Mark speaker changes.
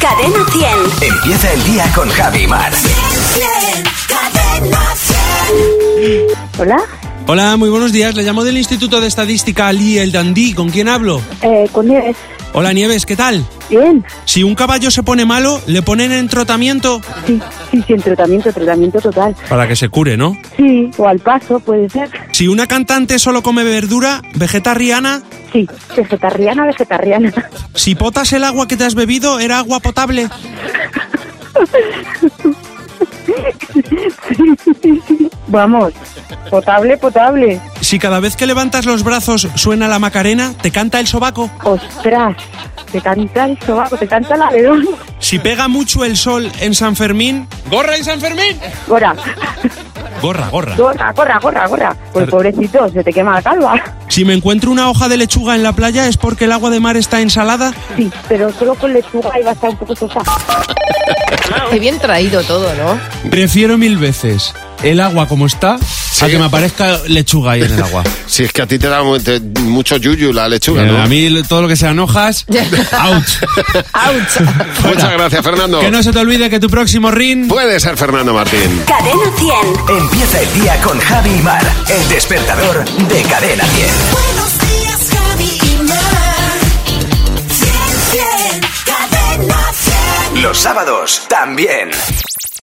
Speaker 1: Cadena 100.
Speaker 2: Empieza el día con Javi Mar.
Speaker 1: Cadena 100.
Speaker 3: Hola,
Speaker 4: Hola, muy buenos días. Le llamo del Instituto de Estadística Ali El Dandí. ¿Con quién hablo?
Speaker 3: eh, con Nieves.
Speaker 4: Hola, Nieves, ¿qué tal?
Speaker 3: Bien,
Speaker 4: Si un caballo se pone malo, le ponen en tratamiento
Speaker 3: sí, sí, sin tratamiento, tratamiento total.
Speaker 4: para que se cure, ¿no?
Speaker 3: Sí, o al paso, puede ser.
Speaker 4: Si una cantante solo come verdura, vegetariana,
Speaker 3: Sí, vegetariana, vegetariana.
Speaker 4: si potas el agua que te has bebido, era agua potable.
Speaker 3: Vamos, potable, potable.
Speaker 4: Si cada vez que levantas los brazos suena la macarena, te canta el sobaco.
Speaker 3: Ostras, te canta el sobaco, te canta el aledón.
Speaker 4: Si pega mucho el sol en San Fermín, gorra en San Fermín.
Speaker 3: Corra,
Speaker 4: Gorra, gorra.
Speaker 3: corra, corra, corra, corra. Pues pobrecito, se te quema la calva.
Speaker 4: Si me encuentro una hoja de lechuga en la playa es porque el agua de mar está ensalada.
Speaker 3: Sí, pero solo con lechuga iba a estar un poco sosa.
Speaker 5: Qué bien traído todo, ¿no?
Speaker 4: Prefiero mil veces el agua como está a que me aparezca lechuga ahí en el agua.
Speaker 6: Si es que a ti te da mu- te- mucho yuyu la lechuga,
Speaker 4: Eh,
Speaker 6: ¿no?
Speaker 4: A mí todo lo que sean hojas, out.
Speaker 5: ¡Auch!
Speaker 6: Muchas gracias, Fernando.
Speaker 4: Que no se te olvide que tu próximo ring...
Speaker 6: Puede ser Fernando Martín.
Speaker 1: Cadena 100.
Speaker 2: Empieza el día con Javi Mar. El despertador de Cadena 10.
Speaker 1: Buenos días, Javi y Mar. 100, 100. Cadena 100.
Speaker 2: Los sábados también.